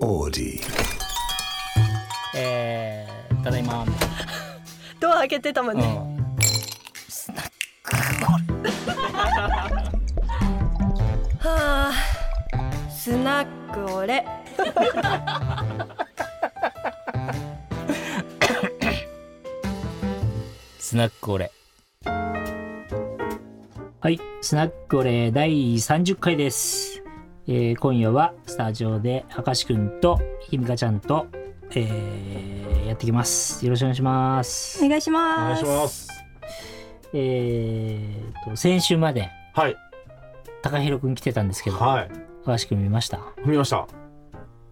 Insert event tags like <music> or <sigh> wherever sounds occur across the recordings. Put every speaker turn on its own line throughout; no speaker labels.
オーディ
えー、ただいま、
ドア開けてたもん
う
ね、
ん、
はあスナックオレ
スナックオレ
はい、スナックオレ第30回です、えー今夜はスタジオで明石くんとひみかちゃんと、えーやってきます。よろしくお願いします
お。願いし
お願
ま
い
す
します
えーと先週まで
はい
高弘くん来てたんですけど、
はい
明石くん見ました。
見ました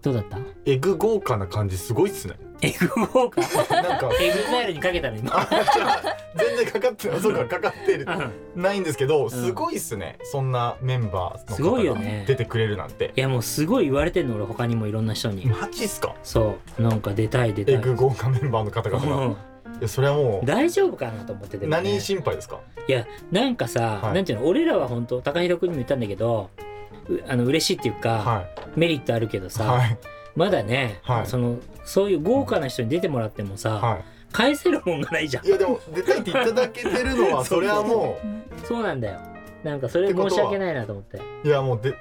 どうだった？
エグ豪華な感じすごいっすね
エグ豪華。
なんか
エグザイルにかけたの今。
あじゃあ全然かか
<laughs>
ってないそうかかかってるないんですけどすごいっすね、そんなメンバーの
すごい
方
よ
が
ね
出てくれるなんて
いやもうすごい言われてんの俺他にもいろんな人に。
マジっすか
そうなんか出たい出たい。
エグ豪華メンバーの方々が、
う
い
ん
やそれはもう
大丈夫かなと思ってて、
何心配ですか
いやなんかさ、
はい
なんていうの俺らは本当高弘君にも言ったんだけどうあの嬉しいっていうか、
は
メリットあるけど
い
さ、
はい
まだね、
はい
そのそういう豪華な人に出てもらってもさ、
は
返せるもんがないじゃん
いいやでも出たいって言っていただけてるの
<laughs>
は
そう
それはも
そうなんだよなんかそれ申し訳ないなと思って
ういやもうで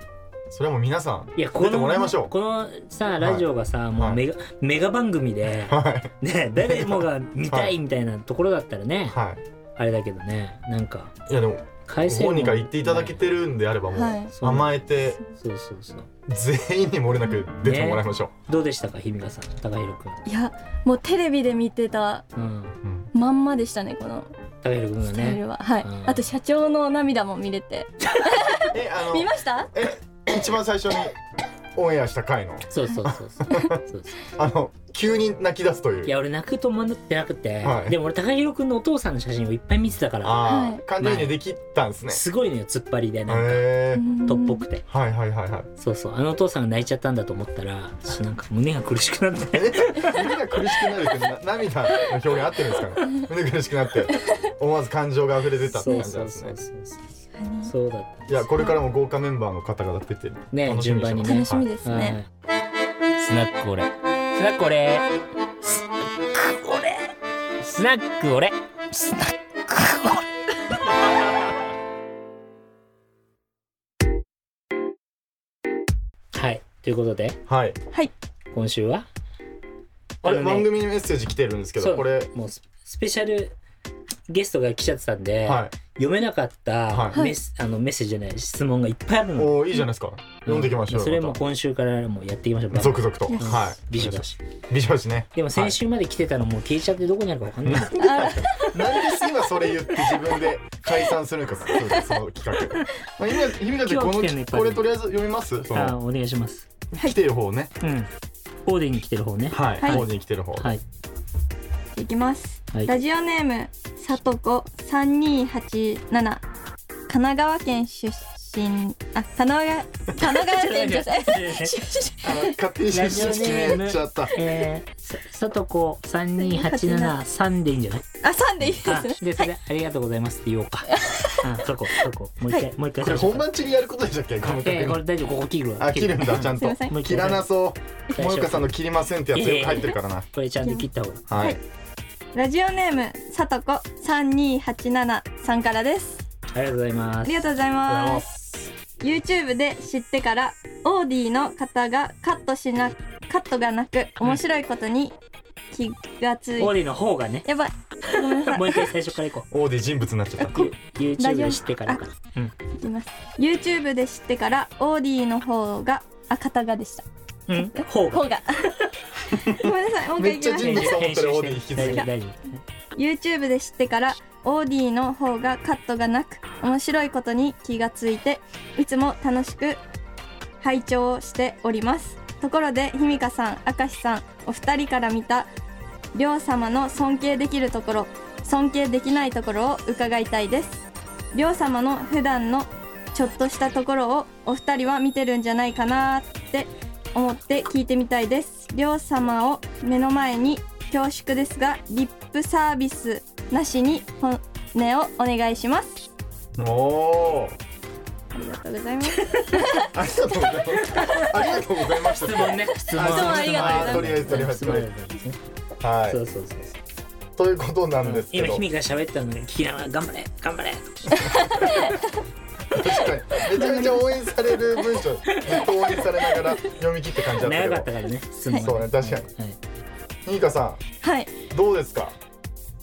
それはもう皆さん
いやこ
出てもらいましょう
このさラジオがさ、もうメガ,、メガ番組
<laughs>
で、
はい
ね、誰もが見たいみたいなところだったらね、
は
あれだけどねなんか
いいやでも
返せる
本
もん
人から言っていただけてるんであればも
はいう
甘えて
そうそうそう
全員に漏れなく出てもらいましょ
どうでしたか日比賀さん高弘君
いやもうテレビで見てた
うん
う、
<laughs>
うん
まんまでしたねこの
高弘君が
スタイル
ね
は、はい、
うん
あと社長の涙も見れて
えあの
見ました
え一番最初にオンエアした回の
そうそうそうそうそうそう
あの急に泣き出すという
いや俺泣くと思ってなくて、
はい
でも俺高弘君のお父さんの写真をいっぱい見てたから
ああ、
はい
感情移入できたんですね
すごいのよ突っ張りでなんか、
へえ
とっぽ
く
くて
はいはいはいはい
そうそうあのお父さんが泣いちゃったんだと思ったらちょっとなんか胸が苦しくなって
え胸が苦しくなるってな涙の表現合ってるんです
<laughs>
かね胸苦しくなって思わず感情が溢れ <laughs> 出たって
そう
感じな
そ
ん
う
です
そ
ね
うそうそうそうだった
いやこれからも豪華メンバーの方々出て
ね
楽しみ
順
にし
番に
てま
ね
す
楽しみですね、
はいスナックオレスナックオレスナックオレスナックオレスナックオレはいということで
はい
今週は
あれ
あのね
番組にメッセージ来てるんですけ
そ
ど
う
これ
もうススペシャルゲストが来ちゃってたんで、
はい
読めなかった
は
はい
メス、あのメッセージじゃない質問がいっぱいあるの
おーいいじゃないですか読んでいきましょう
それも
ま
今週からもうやっていきましょう
た続々と
よし
はい
ビシバシ
ビシバシね
でも先週まで来てたのもう消えちゃってどこにあるかわかんない、
あ
なんで今それ言って自分で解散するのかそうですその企画。まあ、ひみかひみかちゃんこ
今日来てんのいっ
の
ぱい
これとりあえず読みます。そ
あ
の
お願いします
来てる方ね。
うんオーディに来てる方ね
はい。
はい
方に来てる方。
はい
いきます、
はい
ラジオネームさとこ3287神奈川県出身あ神奈川神奈川県女性
あの勝手に出身決めちゃった。
えー、ささとこ三二八七三でいいんじゃない？
<laughs> あ三でいいです
あ
ね、
でそれ、ありがとうございますって言おう
<laughs>
か。あ、そこそこもう一回、もう一回
これ本番中にやることでしたっけこの
えー、こ
企
れ大丈夫ここ切るわ。
画。あ切るんだちゃん
すい
と
ま。せん
もう一
切
回
らなそう。
大丈夫
もよかさんの切りませんってやつよく入ってるからな。
これちゃんと切った方が。
は
はい
い。
ラジオネームさとこ3287さんからです
ありがとうございま
あ
す
り。がとうございます。YouTube で知ってからオーディの方がカットしなカットがなく面白いことに気がつい
オーディの方がね、
やばいごめんなさい
もう一回最初からいこう。
オーディ人物になっちゃった。
ゆ YouTube で知ってからか。
いきます YouTube で知ってからオーディの方があ方がでした
うん、方が。
方がごめんなさいもう一回
めっ
い
ち
きま
ゃ
す
人物と思ってるオーディ引き
大丈
継ぎ
夫。大丈
YouTube で知ってからオーディの方がカットがなく面白いことに気がついていつも楽しく拝聴をしておりますところでひみかさん明石さんお二人から見た両様の尊敬できるところ尊敬できないところを伺いたいです両様の普段のちょっとしたところをお二人は見てるんじゃないかなって思って聞いてみたいです両様を目の前に恐縮ですがリップサービスなしに本音をお願いします
おお。
おりがとうございます。
ありがとうございます。 <laughs> ありがとうございました。
質問ね。質問。
あ質問
ありがとうございます
とりあえずとりあえずとりあえは
そう
い。
そうそうそう
ということなんですけ
今ひ
ど、確
みが喋ったので聞きながら頑張れ頑張れ
かにめちゃめちゃ応援される文章、ずっと応援されながら読み切って感じだったけ
長
ど
かったからね質問が
そうね確か
はい
に。ニーカさ
はい。
ん、どうですか。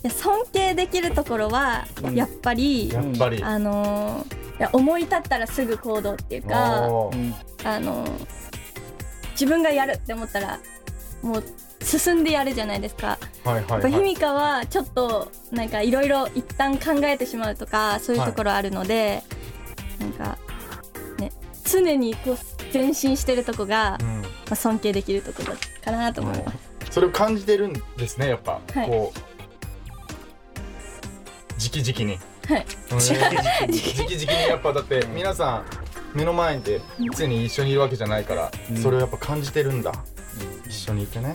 いや尊敬できるところは
うん
やっぱり、
やっぱり。
あのーいや思い立ったらすぐ行動っていうか
おー
うん
あのー自分がやるって思ったらもう進んでやるじゃないですか。
はいは
やっ
い
ぱ
は
ひ
い。
みかはちょっとなんかいろいろ一旦考えてしまうとかそういうところあるので、なんかね常にこう前進してるとこが、
う
ま
ん
あ、尊敬できるところかなと思います。
それを感じてるんですねやっぱ、
はい
こう直々に
はい
うん直々にやっぱだって皆さん目の前で常に一緒にいるわけじゃないから、
うん
それをやっぱ感じてるんだ、一緒にいてね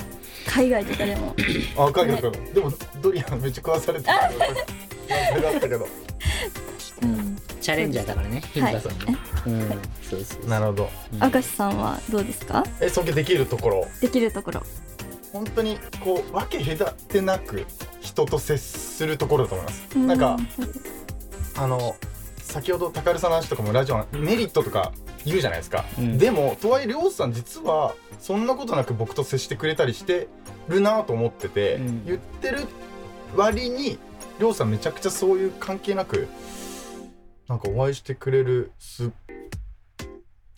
海外とかでも
あ赤いけど、でもドリアンめっちゃ食わされて <laughs> たけどそれだったけど
うん
チャレンジャーだからねひみかさんねうんそうそう
なるほど
明石さんはどうですか
え尊敬できるところ
できるところ
本当にこう分け隔てなく人と接するところだと思います、なんかあの先ほど高橋さんの話とかもラジオのメリットとか言うじゃないですか、
うん
でもとはいえ亮さん実はそんなことなく僕と接してくれたりしてるなと思ってて、
うん
言ってる割に亮さんめちゃくちゃそういう関係なくなんかお会いしてくれるす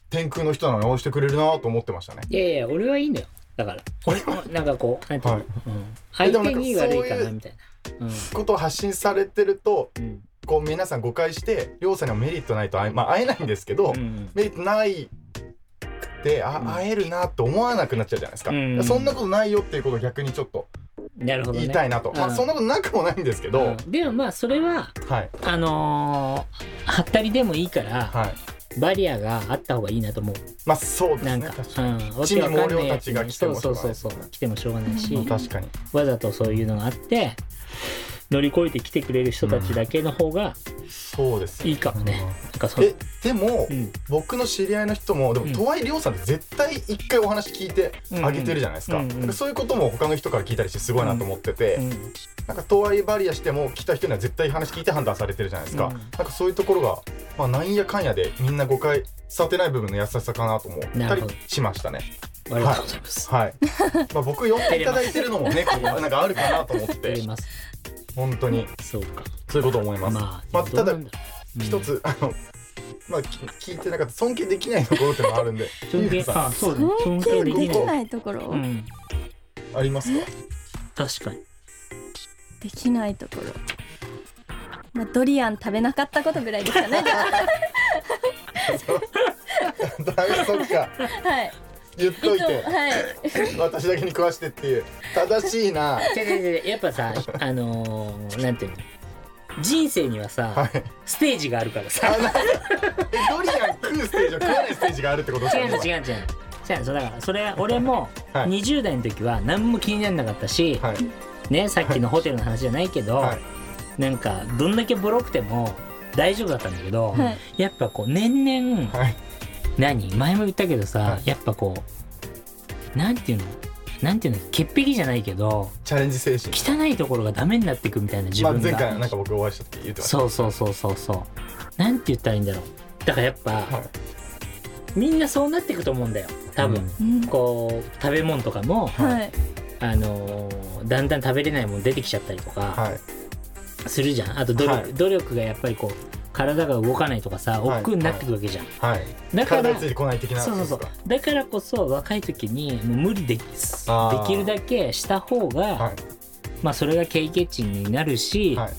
天空の人なのにお会いしてくれるなと思ってましたね。
いやいや俺はいいのよだから
<laughs>
俺もなんかこうなんていうの
はい
うん
えで
相
もな
手
んか
に悪いか
そうい
な
う
みたいな
ことを発信されてると
うんうん
こう皆さん誤解して亮さんにはメリットないと会え,、まあ、会えないんですけど、
うん
メリットないであ、
うん
会えるなって思わなくなっちゃうじゃないですか、
うん
そんなことないよっていうことを逆にちょっと
なるほど
言
ね
いたいなと、まあ
うん
そんなことなくもないんですけど、
うんでもまあそれは
はい
あのー、はったりでもいいから
はい
バリアがあった方がいいなと思う
まあそうで
な
す
ん
ね
か
確か
うんわけわかんないやつに
地味
そう
猛
そ
量
う
たちが来てもしょうが
そ
ないう
そう来てもしょうがないし、
う
に確かに
わざとそういうのがあって乗り越えて来てくれる人たちだけの方が
そうです
いいかもね、なんかそ
うん
の
えでも、
うん
僕の知り合いの人もでも、
うん
とはいえ亮さんって絶対一回お話聞いてあげてるじゃないですか,、
うんうんうん
そういうことも他の人から聞いたりしてすごいなと思ってて、
うん
なんかとはいえバリアしても来た人には絶対話聞いて判断されてるじゃないですか、
うん
なんかそういうところが、まあ、なんやかんやでみんな誤解されてない部分の優しさかなと思った
なる
り
ほど
しましたね
ありがとうございます、
はい
<laughs>
まあ僕呼んでいただいてるのもねここなんかあるかなと思っ
あり
て
ます
本当に
そうか
そういうこと思います、
まあ、
まあただ
どうなんろう
一、つあのまあき聞いてなかった尊敬できないところってのもあるんで
うん
ゆう
尊敬
こさ
あそうだね
尊敬
尊敬
で
でき
き
な
ないいところ、
うん
んありますか <laughs>
確かに
できないところ、まあ、ドリアン食べなかったことぐらいですかねじゃ
ダメそっか
あはい
言っ
いつも
と
<laughs>
いて
はい
私だけに食わしてっていう正しいな
違う違う違うやっぱさあのー、なんていうの人生にはさ、
はい
ステージがあるから
あ
さ
なんかえドリアン食うステージは食わないステージがあるってことです
違う違
よ
う違う違う違うそうだからそれ俺も
はい
20代の時は何も気にならなかったし、
はい
ねさっきのホテルの話じゃないけど、
はい
なんかどんだけボロくても大丈夫だったんだけど、
はい
やっぱこう年々、
はい
何前も言ったけどさ、
はい
やっぱこうなんていうのなんていうの潔癖じゃないけど
チャレンジ精神
汚いところがダメになっていくみたいな自
まあ
分が、
前回なんか僕お会いした時言ってました
そうそうそうそうそうなんて言ったらいいんだろうだからやっぱ、
はい
みんなそうなっていくと思うんだよ多分、
うん
こう食べ物とかも、
はい
あのーだんだん食べれないもの出てきちゃったりとか
はい
するじゃん、あと努力,、
はい
努力がやっぱりこう体が動かないとかさ
はい
億劫になってくわけじゃん、
はい
だから
体についてこない的な
そうそうそう
ことで
だからこそ若い時にもう無理できで
あー
きるだけした方が、
すかは
まあそれが経験値になるし、
いは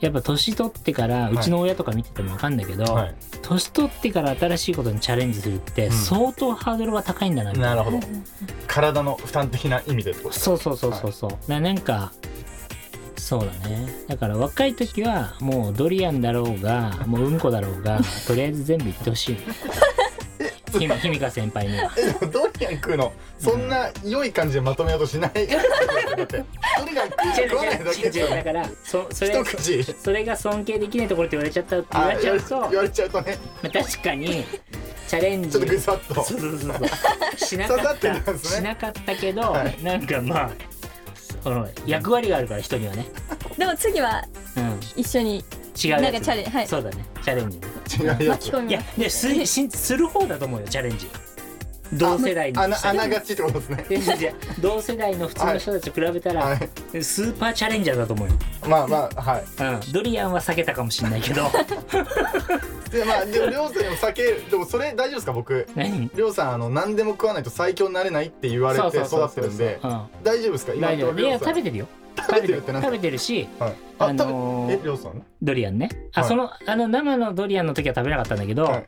やっぱ年取ってから
いう
ちの親とか見てても分かんだけど、
いはい
年取ってから新しいことにチャレンジするって
ん
相当ハードルが高いんだなみたいな、
なるほど体の負担的な意味でってこと <laughs> です
そうそうそうそうそう、ななんかそうだねだから若い時はもうドリアンだろうがもううんこだろう
<laughs>
がとりあえず全部言ってほしいひみひみか先輩には
えでもドリアン食うのそんな良い感じでまとめようとしないだって一人が食わないだけ
だ
で
からそそれ
一口
それが尊敬できないところって言われちゃったって言わ
あ
れち
言
ゃ
わ
うと、
れ言
ま
われちゃうとね
あ、確かにチャレンジ
ちょっとぐさっと
そうそうそうそうしなかった
刺さってたんですね
しなかったけど、
はい
なんかまあその役割があるから人にはね、
でも次は
うん、違う
一緒に
やつ
なんかチャレンはい
そうだねチャレンジね
違うや
巻
つ
き
い
込み
や
ます
ですしする方だと思うよチャレンジ同世代の
あなあながちってことですね
いやいや <laughs> 同世代の普通の人たちと比べたら、
<laughs> は
スーパーチャレンジャーだと思うよ、
いまあまあはい
うん、ドリアンは避けたかもしれないけ
<laughs>
ど
でまあでもりょうさんにも酒でもそれ大丈夫ですか僕
何
りょうさんあの何でも食わないと最強になれないって言われて
そうそう
育
そ
って
うそう
るんで
うん
大丈夫ですか今
大丈
のと
夫
ころ
い
りょ
や
うさん
食べてるよ
食べてるってなん
食
すか
べてるし
はい
あ
あ食
の
べ
ー
えりょうさん
ドリアンねあ、
はい
そのあの生のドリアンの時は食べなかったんだけど、
はい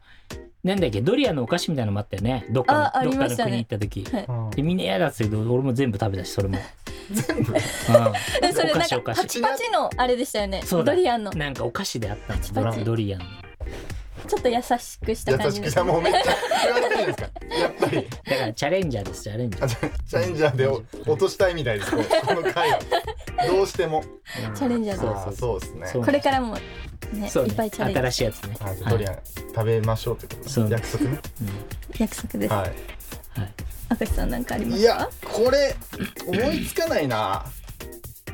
なんだっけドリアンのお菓子みたいなのもあったよねどっか
ああ
の、
り
どっか
ま
の
した
国
ね
行った時、
はい
でみんな嫌だっつって俺も全部食べたしそれも、
<laughs> 全部
う
<laughs> えそれ
お
な
菓
ん
子
か
お菓
パ
子
チパチのあれでしたよね
そう
ド
だ
リアンの
ん、なんかお菓子であったんだ
パチパチ
ドリアン
ちょっと優しくした
優
感
し
じ
くしたもうめっちゃ言われてるんですかやっぱり
だからチャレンジャーですチャレンジャー
あチャチャレンジャーでお落としたいみたいですこうこの回はどうしても
チャレンジャー
そう
だ
そ
あー
うそ
そうですね
そう
これからもね
そうね
いっぱいチャレンジ
新しいやつね
あじゃあドリアン食べましょうってことです
そう
ね約束ね
約束です
はい
赤木さんなんかありま
い
すか
やこれ思いつかないな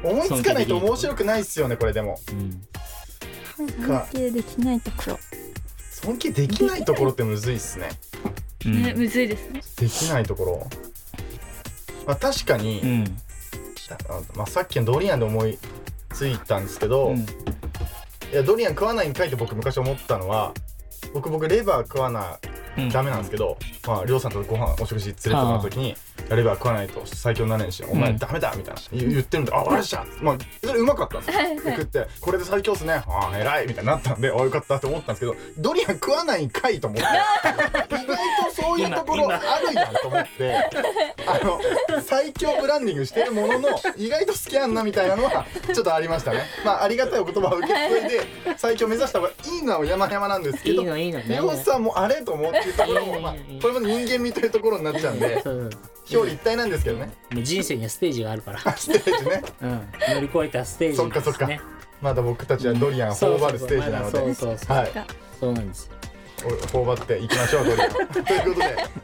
思いつかないと面白くないっすよねこれでも
うんうん
関
か
係できないところ、
尊敬できないところってむずいっすね
うん
ねむずいですね
できないところまあ確かに、
うん
あのまあ、さっきのドリアンで思いついたんですけど、
うん
いやドリアン食わないんかいって僕昔思ったのは僕僕レバー食わな
うん
ダメなんですけど、まあ、りょうさんとご飯お食事連れてもらった時に「レバー食わないと最強になれんしお
う
前
ん
ダメだ」みたいな言言ってるんで「あわかりました」まあそれうまかったんですよで食って「これで最強っすねああ偉い」みたいになったんで「あよかった」って思ったんですけどドリアン食わないんかいと思って
<laughs>
意外とそういうところ
今
あるやんと思ってあの最強ブランディングしてるものの意外と好きやんなみたいなのはちょっとありましたねまあありがたいお言葉を受け継いで最強目指した方がいいのは山々なんですけ
い
ど
いのいいのね
レオさんもあれと思ってるところも、まあ、これも人間味というところになっちゃうんで
そう
表裏一体なんですけどね
そうもう人生にはステージがあるから、
ステージね
うん、乗り越えたステージ
そっかそっか
ね
まだ僕たちはドリアンを
そう
頬
そう
張るステージなので
そうそうそう、
はい
そうなんですよ
お頬張っていきましょうドリアンということで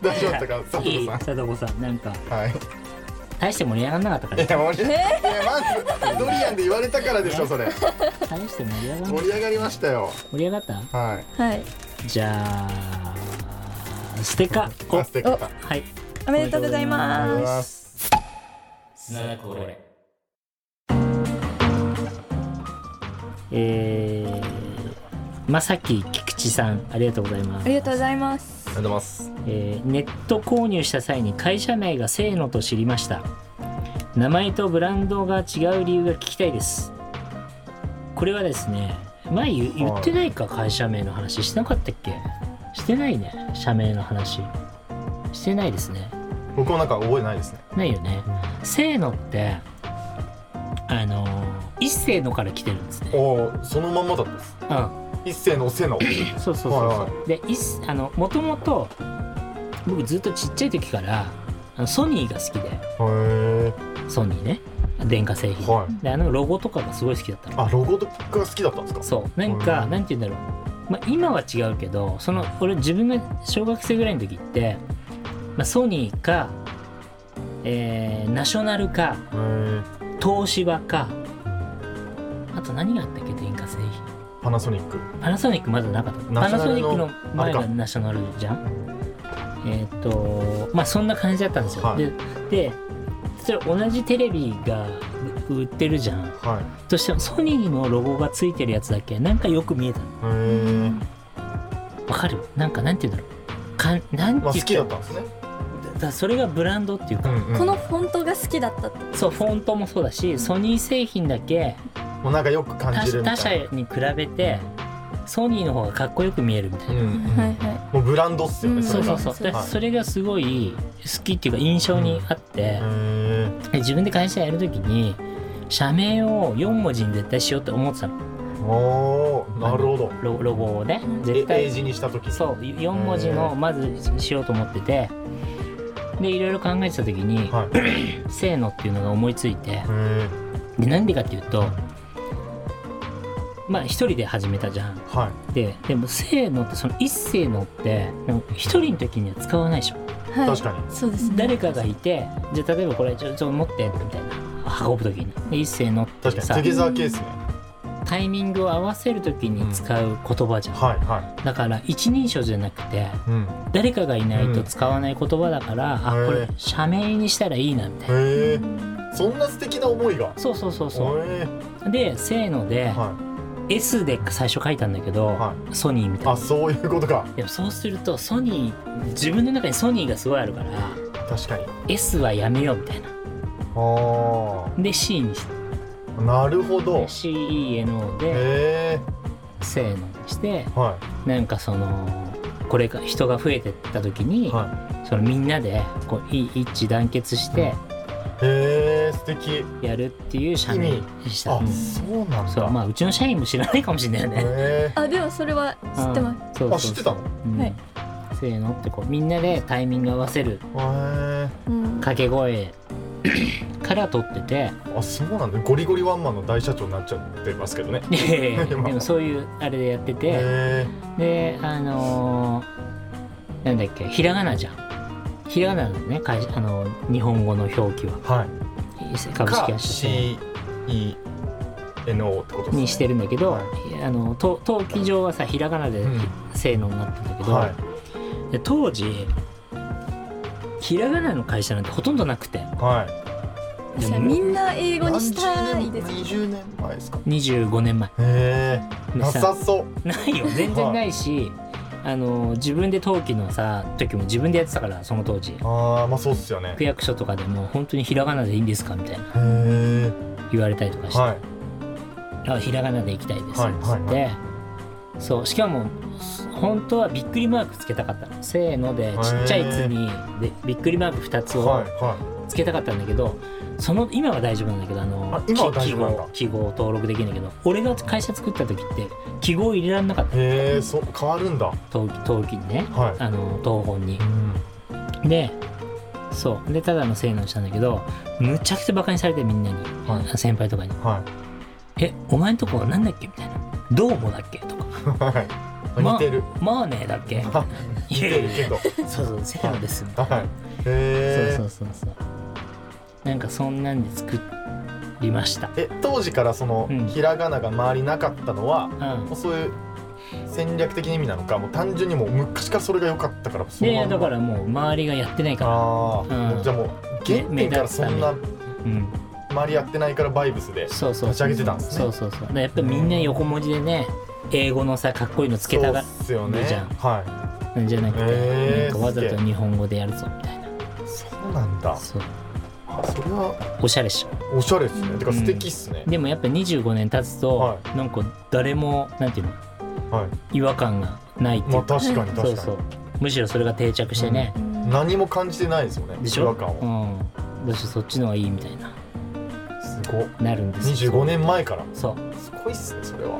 大丈夫だったか佐
い
藤
い
さん
佐藤さんなんか
はい
大して盛り上がんなかったか
い
ら
や盛り上がいやまずドリアンで言われたからでしょそれ
大して盛り上がん
盛り上がりましたよ
盛り上がった
は
はい
じゃあステカ
いあステッカー
はい
おめでとうござい
ありがとう
ま
ございます
砂だこれ
えー、まさき菊池さんありがとうございます
すありがとうございます
ありがとうございます
えーネット購入した際に会社名がせーのと知りました名前とブランドが違う理由が聞きたいですこれはですね前言言ってないか会社名の話してなかったっけしてないね社名の話してないですね
僕もなんか覚えないですね
ないよねせーのってあのー一斉のから来てるんですね
おおそのまんまだったです
うん
一斉のおせの
そうそうそうそう、
はい
でいっあのもともと僕ずっとちっちゃい時からあのソニーが好きで
へ
ソニーね電化製
え
品、
はい
であのロゴとかがすごい好きだったの
あロゴとかが好きだったんですか
そうなんか、
うん
なんて言うんだろう、まあ、今は違うけどその俺自分が小学生ぐらいの時って、まあ、ソニーか、えーナショナルか
へえ
東芝かあと何があったっけ電化製品
パナソニック
パナソニックまだなかったパ
ナシ
ナ
ョナ
ソ
ル
ニック
の
の前
あ
が
れか
ナショナルじゃんえーっ、とまあそんな感じだったんですよ、
はい
ででそれ同じテレビが売ってるじゃん
はい
そしてソニーのロゴがついてるやつだけなんかよく見えたの
へえ
わかるなんかなんて言うんだろうかんなん
まあ
て
好き
言
だ
っ
ったんですね
ただそれがブランドっていうか、
このフォントが好きだったって
そうフォントもそうだしソニー製品だけ
もうなんかよく感
他
じるみたい
他
な
社に比べてソニーの方がかっこよく見えるみたいな
うん、うん
はいは
もうブランドっすよね、
うん
そ
そう
れ
そ
が
うそう
それ
で
がはい
それがすごい好きっていうか印象にあって
へ、え
で自分で会社やるときに社名を4文字に絶対しようって思ってたの
おーなるほど
ロロゴをね
うん
絶
え英
対
字にした時
そう4文字のまずしようと思っててでいろいろ考えてた時に、
はいへ
せーのっていうのが思いついて
え
でなんでかっていうとまあ一人で始めたじゃん
はい
ででもせーのってその一せーのってなんか一人の時には使わないでしょ
はい
確かに
そうですね
誰かがいてじゃあ例えばこれちょちょ持ってみたいな運ぶ時にで一せーのって
確かに
さ
テゲザーケースね
タイミングを合わせる時に使う言葉じゃん、
はいは
だから一人称じゃなくて
いうん
誰かがいないと使わない言葉だから、
へ
あ
ー
これ社名にしたらいいなみたいな、
へえそんな素敵な思いが
そうそうそうそ
へえ
うでせーので、
は
S で最初書いたんだけど、
は
ソニーみ
い
たい
あ
な
そういうことか
でもそうするとソニー自分の中にソニーがすごいあるから
確かに
S はやめようみたいな
あ
で C にして
あなるほど
CENO で
へえ
せーのにして
は
なんかそのこれから人が増えてった時に、
いは
そのみんなでこういい一致団結して
いへえ素敵
やるっていう社名でした、
あ
うん
そうなんだ
そうまあうちの社員も知らないかもしれないよね、
へえ
あでもそれは知ってま
す、
す
そう
あ
そ
知
う
ってたの
うん
はい
せーのってこうみんなでタイミング合わせる
へ
うん
掛け声から取って
<laughs>
て
えあそうなんだゴリゴリワンマンの大社長になっちゃってますけどね
ででもそういうあれでやってて
へ
であのーなんだっけひらがなじゃんひらがなだよね会社あのー日本語の表記は
えはい
株式
か
会社
CENO ってことですね
にしてるんだけど、
は
あのと登記上はさひらがなで
うん
性能になったんだけど、
はい
で当時ひらがなの会社なんてほとんどなくて
は
で
確
も
かにみんな英語にしたい
何十
で
年
す
20年前ですか
25年前
へえ
で
な
さ
さそう
ないよ全然ないし、あの自分で登記のさ時も自分でやってたからその当時
ああまあそうっすよね
区役所とかでも本当にひらがなでいいんですかみたいな
へえ
言われたりとかして、
はい
あひらがなで行きたいですっつって、
はいはい
そうしかも本当はびっくりマークつけたかったのせーのでちっちゃい「つ」にでびっくりマーク2つ
は
を
いは
つけたかったんだけど、その今は大丈夫なんだけどあの
あ今は
き
大丈夫なんだ
記号記号を登録できるんだけど俺が会社作った時って記号入れられなかった
いへえそう変わるんだ
登記登記にね
はい
あの東本に
う。ん
でそうでただのせーのにしたんだけどむちゃくちゃバカにされてみんなに、
は
先輩とかに
は
「えお前んとこなんだっけ?」みたいな「どうもだっけ?」とか
い <laughs> はい
まあ
似てる
「まあね」だっけ
あ <laughs> 似てるけど
そうそう、セカンドです。
はい
そうそ
へえ
うそうそう。なんかそんなんで作りました。
え当時からその
うん
ひらがなが周りなかったのは
うん
もう。そういう戦略的な意味なのかもう単純にもう昔からそれが良かったからそのま
で、
んま
だからもう周りがやってないか
ああ、
うん
じゃあもう原点からそんな
ら。うん。
周りやってないからバイブスで
そうそう。
立ち上げてたんですね
そうそうそう。でやっぱみんな横文字でね、英語のさ、かっこいいのつけたが
そうっすよね
るじゃん
は
るんじゃなくて、
へー
なんかわざと日本語でやるぞみたい
いそうなんだ
な。そう。
あそれは
おしゃれっしょ。
おしゃれですねてか
うん
素敵っすね、
でもやっぱ25年経つと、
は
なんか誰も、なんていうの、
はい
違和感がないってい
ま
う
あ
か。
確かに確かに
そうそう。むしろそれが定着してね。
うん
何も感じてないですよね
でし
違
ょ
和感を、
うんどうしてそっちの方がいいみたいな
すごっ
なるんですよ
25年前から
そう
すごいっすねそれは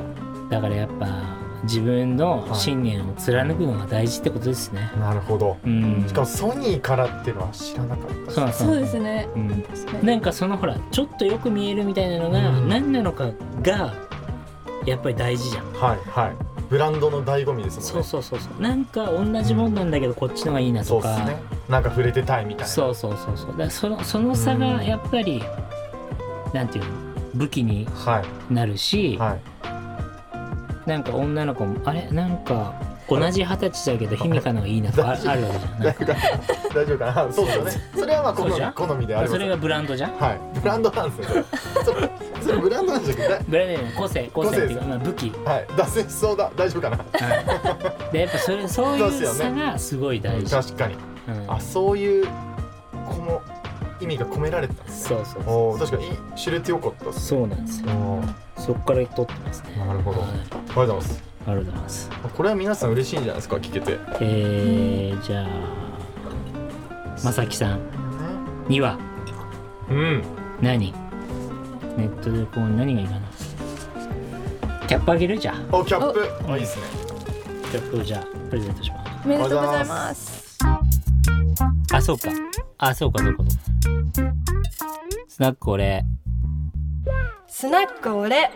だからやっぱ自分の信念を貫くのが大事ってことですね、
なるほど
うん
しかもソニーからっていうのは知らなかった
そうなん
そうですね
うん
確かに
なんかそのほらちょっとよく見えるみたいなのが
うん
何なのかがやっぱり大事じゃん
はいはいブランドの醍醐味ですもんね
そうそうそうそうなんか同じもんなんだけどこっちのがいいな
そ
と
うっ
か
すねなんか触れてたいみたいな
そうそうそうそうだからそのその差がやっぱりなんていうの武器に
は
なるし、
いはい
なんか女の子もあれなんか同じ二十歳だけど卑弥呼の方がいいなとかああるわけじゃんな
大
んか
丈夫かな大丈夫かなそうですよねそれはまあ好
そうじゃ
み
ん
好みでありま
そ
す
れがブランドじゃん
はいブランドなんですよそれそれそれブランドなんですよだ
ブランドじゃない個性個性っていうか、まあ、武器、
はい脱線しそうだ大丈夫かな
はいでやっぱそれそう
そうっ
い
す
う
よね
差がすごい大事、
確かに
うん
あそういうこの意味が込められてたんです
そうそうそう
おー確かにいい知れてよかったっす
そうなんですよ
おーあ
そっから取ってますね
なるほど
はい
りがとうございます
ありがとうございます
これは皆さん嬉しいんじゃないですか聞けて
えー、じゃあまさきさんには
うん
何ネットでこう何がいいかなキャップあげるじゃあ
おキャップあいいですね
キャップをじゃあプレゼントします
おめでとうございます
あそうかあそうかそうかそうかスナック俺
スナック俺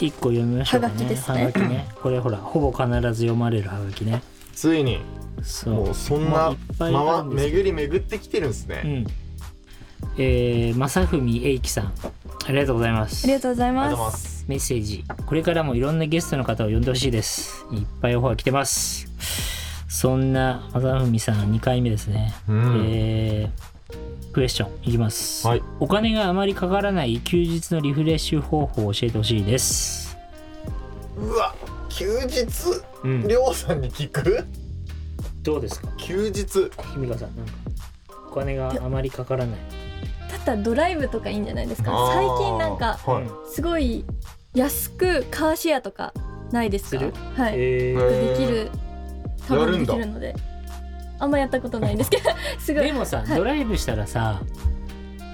一個読みましょうかね
はがきですね
はがきねこれほらほぼ必ず読まれるはがきね
ついに
そう
もうそん
も
な
ういっぱいあ
回
るんです
巡り巡ってきてるんです
う
ね、
んえー、正文英樹さんありがとうございます
ありがとうござい
ありがとうござい
ま
ますす
メッセージこれからもいろんなゲストの方を呼んでほしいですいっぱいオファー来てますそんな正文さん2回目ですね、
うん
えークエスチョンいきます、
はい
お金があまりかからない休日のリフレッシュ方法を教えてほしいです
うわ休日
うん
りょうさんに聞く
どうですか
休日
ひみかさんなんかお金があまりかからない
だったらドライブとかいいんじゃないですか
あ
最
ー
近なんか
はい、
すごい安くカーシェアとかないです
す
か
る
はい、
え
ー
できる多
やる
分で
んだ
きるのであんまやったことないんですけどすごい
でもさ
はい
ドライブしたらさ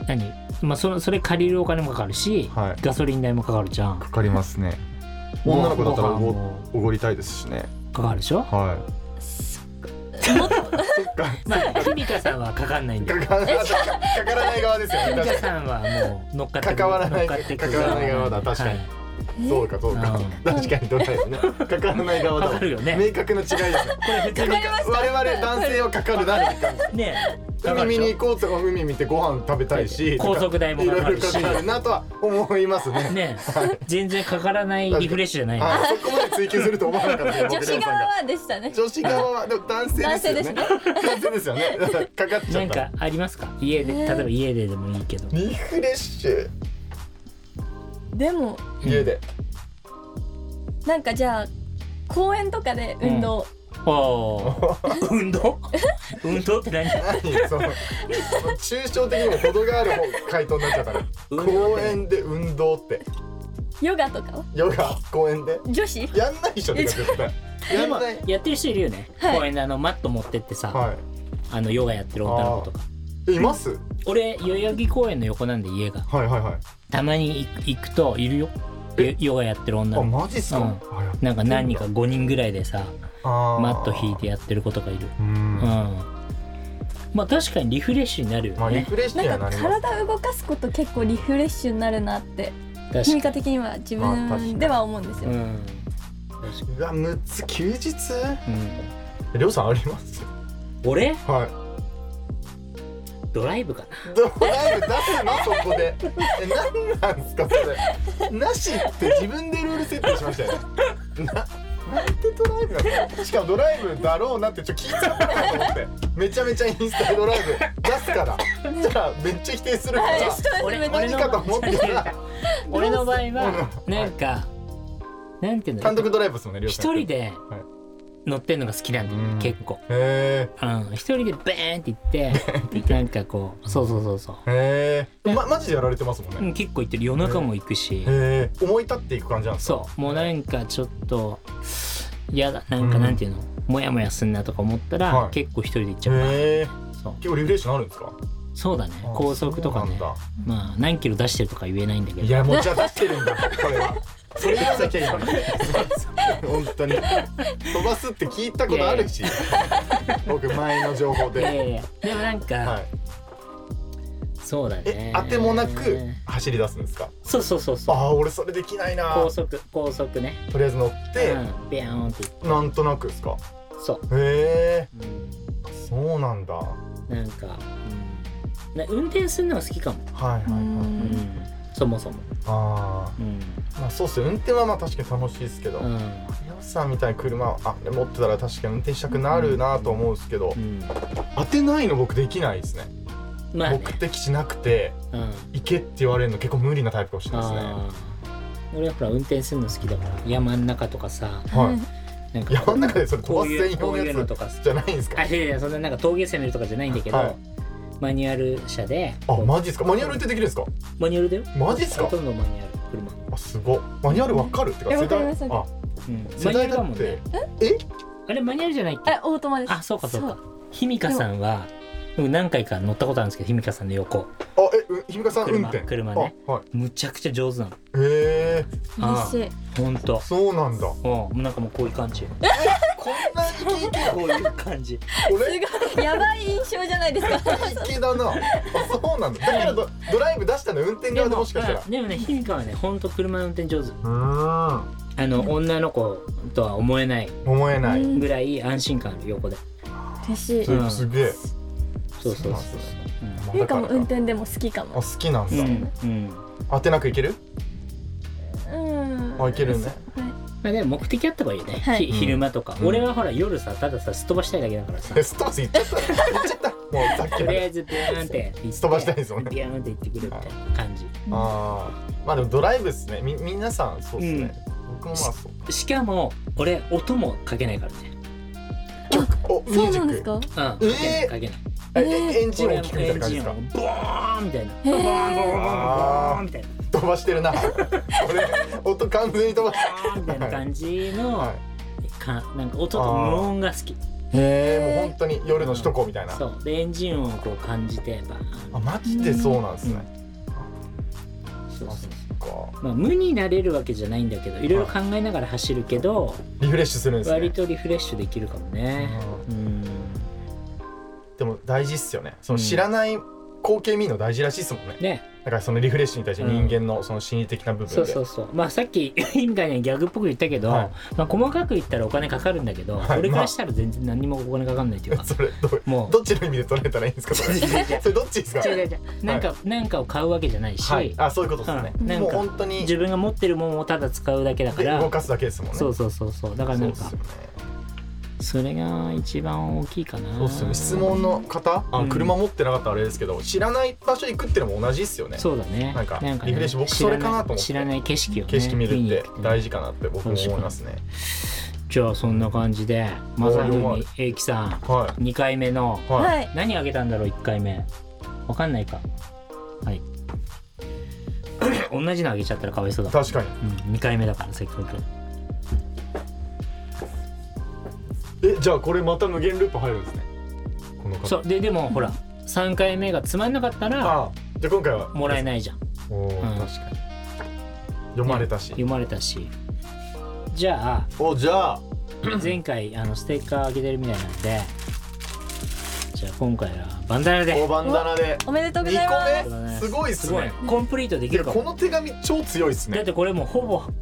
何、まあ、そのそれ借りるお金もかかるし、
はい
ガソリン代もかかるじゃん
かかりますね <laughs> 女の子だったら
ご飯
おご
も
おごりたいですしね
かかるでしょ
は
そ
い <laughs> そっか
まあひみかさんはかかんないんだよ
かからないかからない側ですよ
ひ
ね
みか
確か
さんはもう乗っかってく
関わらない
乗っかってく
関わらない側だ確かににそうかそうか
うん
確かにドライブねかからない側だわ
かかるよね
明確な違いですね
これ普通
我々男性はかかるなって感じ
にねかか
海
るで
見
し
に
ょ
行こうとか海見てご飯食べたいし
高速代もかかるし
いろいろかかるなとは思いま
<laughs>
すね
ね全然かからないリフレッシュじゃない
あそこまで追求すると思わなかったね
女
僕ら
子
のさん
側
が
はでしたね
女子側はでも男性ですよね男性ですよねかかっち
な
ゃ
ん
った
かありますか家で例
ね
えば家ででもいいけど
リフレッシュ
でも
家で
なんかじゃあ公園とかで運動、
おー運動運動って何
何その抽象的にも程がある方回答になっちゃったね
運動
公園で運動って
ヨガとかは
ヨガ公園で
女子
やんないでしょてか絶対やん
今
ない
やってる人いるよね、
はい
公園であのマット持ってってさ、
は
あのヨガやってる女の子とか
いえいます
俺代々木公園の横なんで家が
はいはいはい
たまに行く行くといるよ
え
ヨガやってる女
あ
の子
マジっすか、
うん
あやってんだ
なんか何人か5人ぐらいでさマ
マ
ット引いてやってる子とかいる
う
うん
ん、
まあ確かにリフレッシュになるよ
まあリ
ね、
フレッシュに
な
は
ん
な
か
ります
体動かすこと結構リフレッシュになるなって
確か
ひみ
に
か的には自分では思うんですよ、
うん
うわ6つ休日
うん
りょうさんあります
俺
は
ドライブか
いドライブ出すのそこでえ何なんですかそれなしって自分でルール設定しましたよねななんてドライブなんですかしかもドライブだろうなってちょっと聞いちゃったなと思ってめちゃめちゃインスタでドライブ出すからじゃあめっちゃ否定するか
はい
ら
人
な
は
俺
自分
何
で
かと思ってたら
<laughs> 俺の場合は
うん
なんかなんていうの
単独ドライブですもんねりょうさん
一人で
はい
乗ってんのが好きなんだよ
う
ね
ん
結構
へ
うん一人でベーンって行っ
<laughs>
てなんかこうそうそうそうそう
えへえまマジでやられてますもんね
うん結構行ってる夜中も行くし
へえ思い立っていく感じなんですか
そうもうなんかちょっと嫌だなんか
うん
なんていうのモヤモヤすんなとか思ったら、
はい
結構一人で行っちゃうな
へえ
そう
結構リフレッシュになるんですか
そうだね高速とか
そ
ね
うなん
まあ何キロ出してるとか言えないんだけ
だ
ど
いやもうじゃあ出してる
<laughs>
んだこれはそれ言わなきゃいいのに本当に飛ばすって聞いたことあるし僕前の情報
いやい
で
やいやでもなんか、
はい
そうだね
え当てもなく走り出すんですか
そうそうそうそう
ああー俺それできないな
高速高速ね
とりあえず乗って
うん、ビャーンって
なんとなくですか
そう、
へえ
う
そうなんだは
ん、なんか、うん、な運転するのが好きかも、
いはいはい
うんん、そもそも、
あ
うん
ーまあそうっすよ運転はまあ確かに楽しいですけど
うん
皆さんみたいな車をあ持ってたら確かに運転したくなるなと思うんですけど、
うん、
当てないの僕できないですね
まあね
目的地なくて
うん
行けって言われるの結構無理なタイプかもしれないですね
あー俺ほら運転するの好きだから山ん中とかさ
はい
なんか
山の中でそれ飛
こ
ば
う
す
い
専
うこ
用
う
の
いうの
や
とかさ
つじゃないんですか
あいやいやそんななんか峠攻めるとかじゃないんだけど、
はい
マニュアル車で
あ
こう
マジですかマニュアルってできるんですか
マニュアルだよ
マジっすか
ほとんどマニュアル車、
あすごいマニュアルわかるってか
え
世
わかり
代
ます
あ
うん、マニ
世
ュア
代
ルだ
だ
も
っ
んね
て
あれマニュアルじゃないっけ
えオートマです
あそうかそうかひみかさんは僕何回か乗ったことあるんですけどひみかさんの横
あえうひみかさん運
車
転
車ね
あはい
むちゃくちゃ上手なの
へえ
あ
嬉しい
ほんと
そうなんだ
うんなんかもうこういう感じこ
こんなイケイケ
ういう感じ
これ
すごいやばい印象じゃないですか
イケだなあそうなんだだからドドライブ出したの運転側でもしかしたら
でもねひみかはねほんと車の運転上手
うー
あの女の子とは思えない
ん思え <laughs> ない、
うん
ぐらい安心感ある横で
嬉しい
それすげえ
そうそうそう
なんですね
う
ゆうかも運転でも好きか
あ
も
好きなん
ん
だ、
うん、うん
当てなくいける <laughs>
うん
あいけるね
まあ、でも目的あった方がいいよね、
はい
ひ昼間とか、
うん
俺はほら夜さたださすっ飛ばしたいだけだから <laughs> さ
えストバス行っちゃった行っちゃったもうさっき
と
ま
りあ
で
えずビューンって行って
すっ飛ばしたいですもんね
ビューンって行ってくるって感じ
ああまあでもドライブっすねみ皆さんそうっすね、僕もまあそう
しかも俺音もかけないからね
おミュ
そ
ー
う
ジ
なん
ッ
です
ク
か
うん、
えー
かけない
え
え
えエンジン音聞くみたいな感じですか
俺もエンジン音ボーンみたいなボ
へ
ーンボーン
ー
ボーンボーンみたいな
飛ばしてるな俺音完全に飛ばし
ボーンみたいな感じ
て
の、
はい
かなんか音と無音が好き
えー、もう本当に夜の首都高みたいな、
そうでエンジン音をこう感じてバーン
あマジでそうなんですね、
そう
あ
そ
そうっか
まあ、無になれるわけじゃないんだけどいろいろ考えながら走るけど、
リフレッシュするんですね
割とリフレッシュできるかもねうん
でも大事っすよねその知らない光景見るの大事らしいっすもんね
ね
だからそのリフレッシュに対して人間のその心理的な部分で、
そうそうそうまあさっきみたいにギャグっぽく言ったけど、
はい
まあ、細かく言ったらお金かかるんだけど、
はい
俺からしたら全然何にもお金かかんないっていうか
<laughs> それどう
もう
どっちの意味で捉えたらいいんですかそれ
違う違う違う
それどっちですか
違う違う違うなんか、なんかを買うわけじゃないし、
はいあそういうことですね、
うんなん
もう
か
本当に
自分が持ってるものをただ使うだけだか
で
ら
動かすだけですもんね
そうそうそうそうだからなん
そ
か
うっすよね
それが一番大きいかな
そうっすよね質問の方あ
うん
車持ってなかったらあれですけど、知らない場所行くってのも同じっすよね
そうだね
なんか
ね
リフレッシュ僕それかなと思って
知らない知らない景色を、ね、
景色見る
見
っ
に行
て
くね
大事かなって僕も思いますね
じゃあそんな感じでまさふみえいきさ
は
ん2回目の
いはい、
はい
何あげたんだろう1回目わかんないかはい <clears throat> 同じのあげちゃったらかわいそうだ、
確かに
うん、2回目だからせっかく
えじゃあこれまた無限ループ入るんですねこの方
そうででもほら3回目がつまんなかったら
あじゃあ今回は
もらえ
い
ないじゃん
おー
うん
確かに読まれたし、
読まれたしじゃあ
<clears throat> おじゃあ
前回あのステッカーあげてるみたいなんでじゃあ今回はバンダナで
おバンダナで
おめでとうございます
2個目すごいっ
す
す
ごい
ね
コンプリートで
い
き
や
るか
こ
も
の手紙超強いっす
だっ
ね
てこれもうほぼ必ず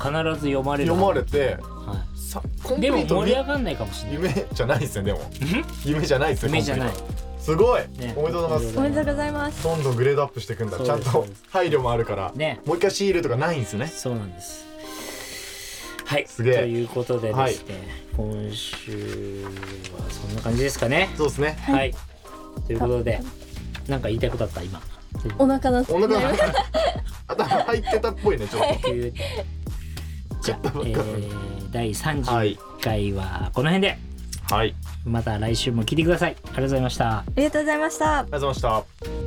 読まれる
読まれて
は
さコ
い、
ンプ
で
リ
も
ート
盛り上
に
がんないかもしれない
夢じゃないっすねでも
うん
夢じゃないっすね
夢じゃない
コンプリートすごい、
ね
おめでとうございます
おめでとうございます
どんどんグレードアップしていくんだ
そう
ち
で
ゃ
す
ん
そう
と
です
配慮もあるから
ね
もう一回シールとかないんすね
そうなんですはい
すげえ
ということでですね、今週はそんな感じですかね
そうですね
はい、ということでなんか言いたいことあった今
お腹の
お腹が <laughs> 頭入ってたっぽいねちょっと
じゃあ、えー、第
はい
31回はこの辺で
はい
また来週も聞いてくださいありがとうございました
ありがとうございました
ありがとうございました